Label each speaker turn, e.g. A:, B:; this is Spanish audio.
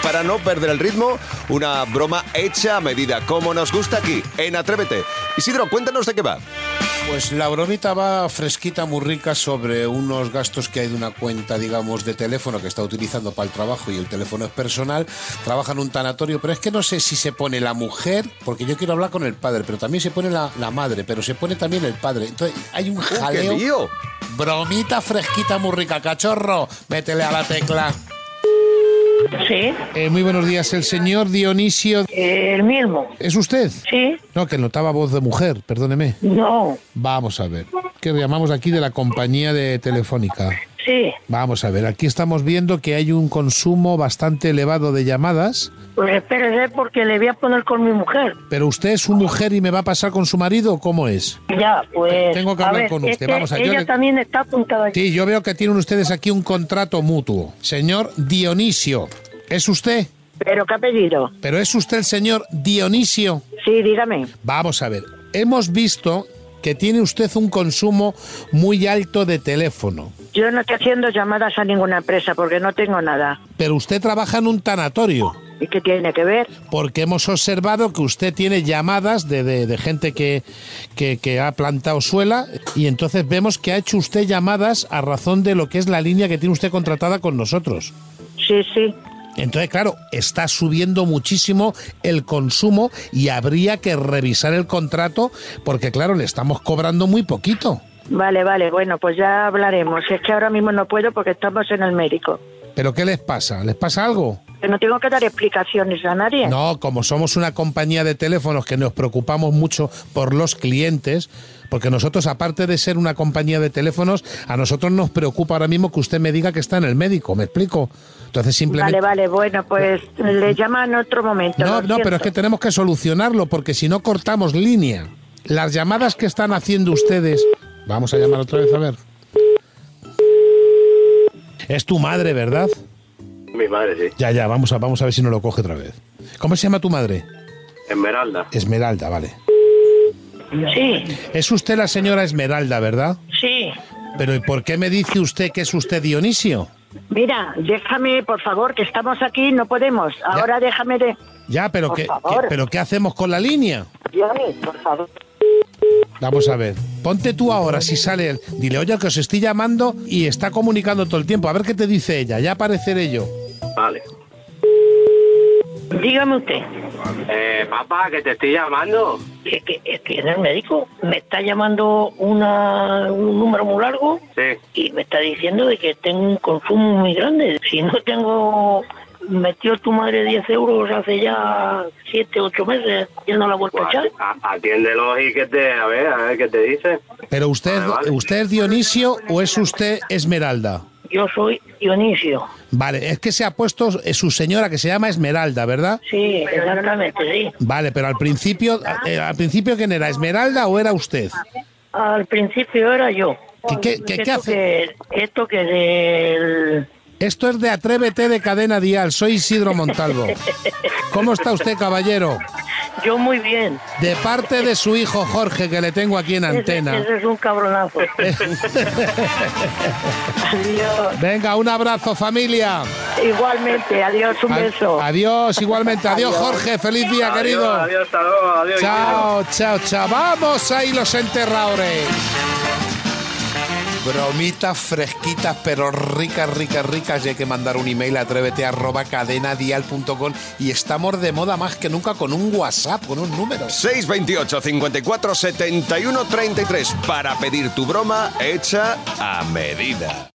A: para no perder el ritmo, una broma hecha a medida, como nos gusta aquí, en Atrévete. Isidro, cuéntanos de qué va.
B: Pues la bromita va fresquita, muy rica, sobre unos gastos que hay de una cuenta, digamos, de teléfono que está utilizando para el trabajo y el teléfono es personal. Trabaja en un tanatorio, pero es que no sé si se pone la mujer, porque yo quiero hablar con el padre, pero también se pone la, la madre, pero se pone también el padre. Entonces hay un
A: ¡Uh, ¡Qué
B: jaleo.
A: lío!
B: bromita fresquita, muy rica, cachorro. Métele a la tecla.
C: Sí,
B: Eh, muy buenos días, el señor Dionisio.
C: eh, el mismo.
B: ¿Es usted?
C: Sí,
B: No, que notaba voz de mujer, perdóneme.
C: no,
B: Vamos a ver. Que llamamos aquí de la compañía de telefónica.
C: sí.
B: Vamos a ver, aquí estamos viendo que hay un consumo bastante elevado de llamadas,
C: Pues espérese porque le voy a poner con mi mujer.
B: pero usted es su mujer y me va a pasar con su marido, o ¿cómo es?
C: Ya, pues.
B: Tengo que
C: a
B: hablar
C: ver,
B: con
C: es
B: usted,
C: que
B: vamos a- yo
C: Ella
B: le-
C: también está apuntada aquí.
B: Sí, yo veo que tienen ustedes aquí un contrato mutuo. Señor Dionisio, ¿es usted?
C: ¿Pero qué apellido?
B: ¿Pero es usted el señor Dionisio?
C: Sí, dígame.
B: Vamos a ver, hemos visto que tiene usted un consumo muy alto de teléfono,
C: Yo no estoy haciendo llamadas a ninguna empresa porque no tengo nada.
B: pero usted trabaja en un tanatorio.
C: ¿Y qué tiene que ver?
B: porque hemos observado que usted tiene llamadas de, de- de gente que, que- que ha plantado suela y entonces vemos que ha hecho usted llamadas a razón de lo que es la línea que tiene usted contratada con nosotros.
C: Sí, sí.
B: Entonces, claro, está subiendo muchísimo el consumo y habría que revisar el contrato porque, claro, le estamos cobrando muy poquito.
C: Vale, vale, bueno, pues ya hablaremos. Es que ahora mismo no puedo porque estamos en el médico.
B: ¿Pero qué les pasa? ¿Les pasa algo?
C: Que no tengo que dar explicaciones a nadie.
B: No, como somos una compañía de teléfonos que nos preocupamos mucho por los clientes, porque nosotros, aparte de ser una compañía de teléfonos, a nosotros nos preocupa ahora mismo que usted me diga que está en el médico, ¿me explico? Entonces simplemente...
C: Vale, vale, bueno, pues le llama en otro momento.
B: no,
C: lo
B: no, pero es
C: siento.
B: que tenemos que solucionarlo, porque si no cortamos línea, las llamadas que están haciendo ustedes... Vamos a llamar otra vez, a ver. Es tu madre, ¿verdad?
D: Mi madre, sí.
B: Ya, ya, vamos a, vamos a ver si no lo coge otra vez. ¿Cómo se llama tu madre?
D: Esmeralda.
B: Esmeralda, vale.
C: Sí,
B: Es usted la señora Esmeralda, ¿verdad?
C: sí.
B: Pero ¿y por qué me dice usted que es usted Dionisio?
C: Mira, déjame, por favor, que estamos aquí, no podemos. Ahora déjame de...
B: Ya, pero
C: Por
B: ¿qué,
C: favor.
B: qué- pero ¿qué hacemos con la línea?
C: Johnny, por favor.
B: Vamos a ver. Ponte tú ahora, si sale él. Dile, oye, que os estoy llamando y está comunicando todo el tiempo. A ver qué te dice ella. Ya apareceré yo.
D: Vale.
C: Dígame usted,
D: Eh, papá, que te estoy llamando.
C: es que estoy en el médico, me está llamando una, un número muy largo
D: Sí.
C: y me está diciendo de que tengo un consumo muy grande. Si no tengo... Metió tu madre 10 euros hace ya 7, 8 meses y no la ha vuelto a echar.
D: Pues A- Atiéndelo y que te... A ver, a ver qué te dice.
B: Pero usted,
D: Vale, vale.
B: ¿usted es Dionisio o es usted Esmeralda?
C: Yo soy Dionisio.
B: Vale, es que se ha puesto eh, su señora que se llama Esmeralda, ¿verdad?
C: Sí, exactamente, sí.
B: Vale, pero al principio, eh, al principio ¿quién era? ¿Esmeralda o era usted?
C: Al principio era yo.
B: ¿Qué- qué- qué- qué
C: Esto
B: hace?
C: que- esto que del...
B: Esto es de Atrévete de Cadena Dial. Soy Isidro Montalvo. ¿Cómo está usted, caballero?
C: Yo muy bien.
B: De parte de su hijo Jorge, que le tengo aquí en antena.
C: Ese, ese es un cabronazo. adiós.
B: Venga, un abrazo, familia.
C: Igualmente, adiós, un
B: Ad-
C: beso.
B: Adiós, igualmente. Adiós, Jorge. Feliz día, querido.
D: Adiós, adiós, hasta luego, adiós.
B: Chao, chao, chao. Vamos ahí los enterradores. Bromitas fresquitas, pero ricas, ricas, ricas. Y hay que mandar un email a atrévete arroba cadenadial.com. Y estamos de moda más que nunca con un WhatsApp, con un número.
A: 628 54 71 33 para pedir tu broma hecha a medida.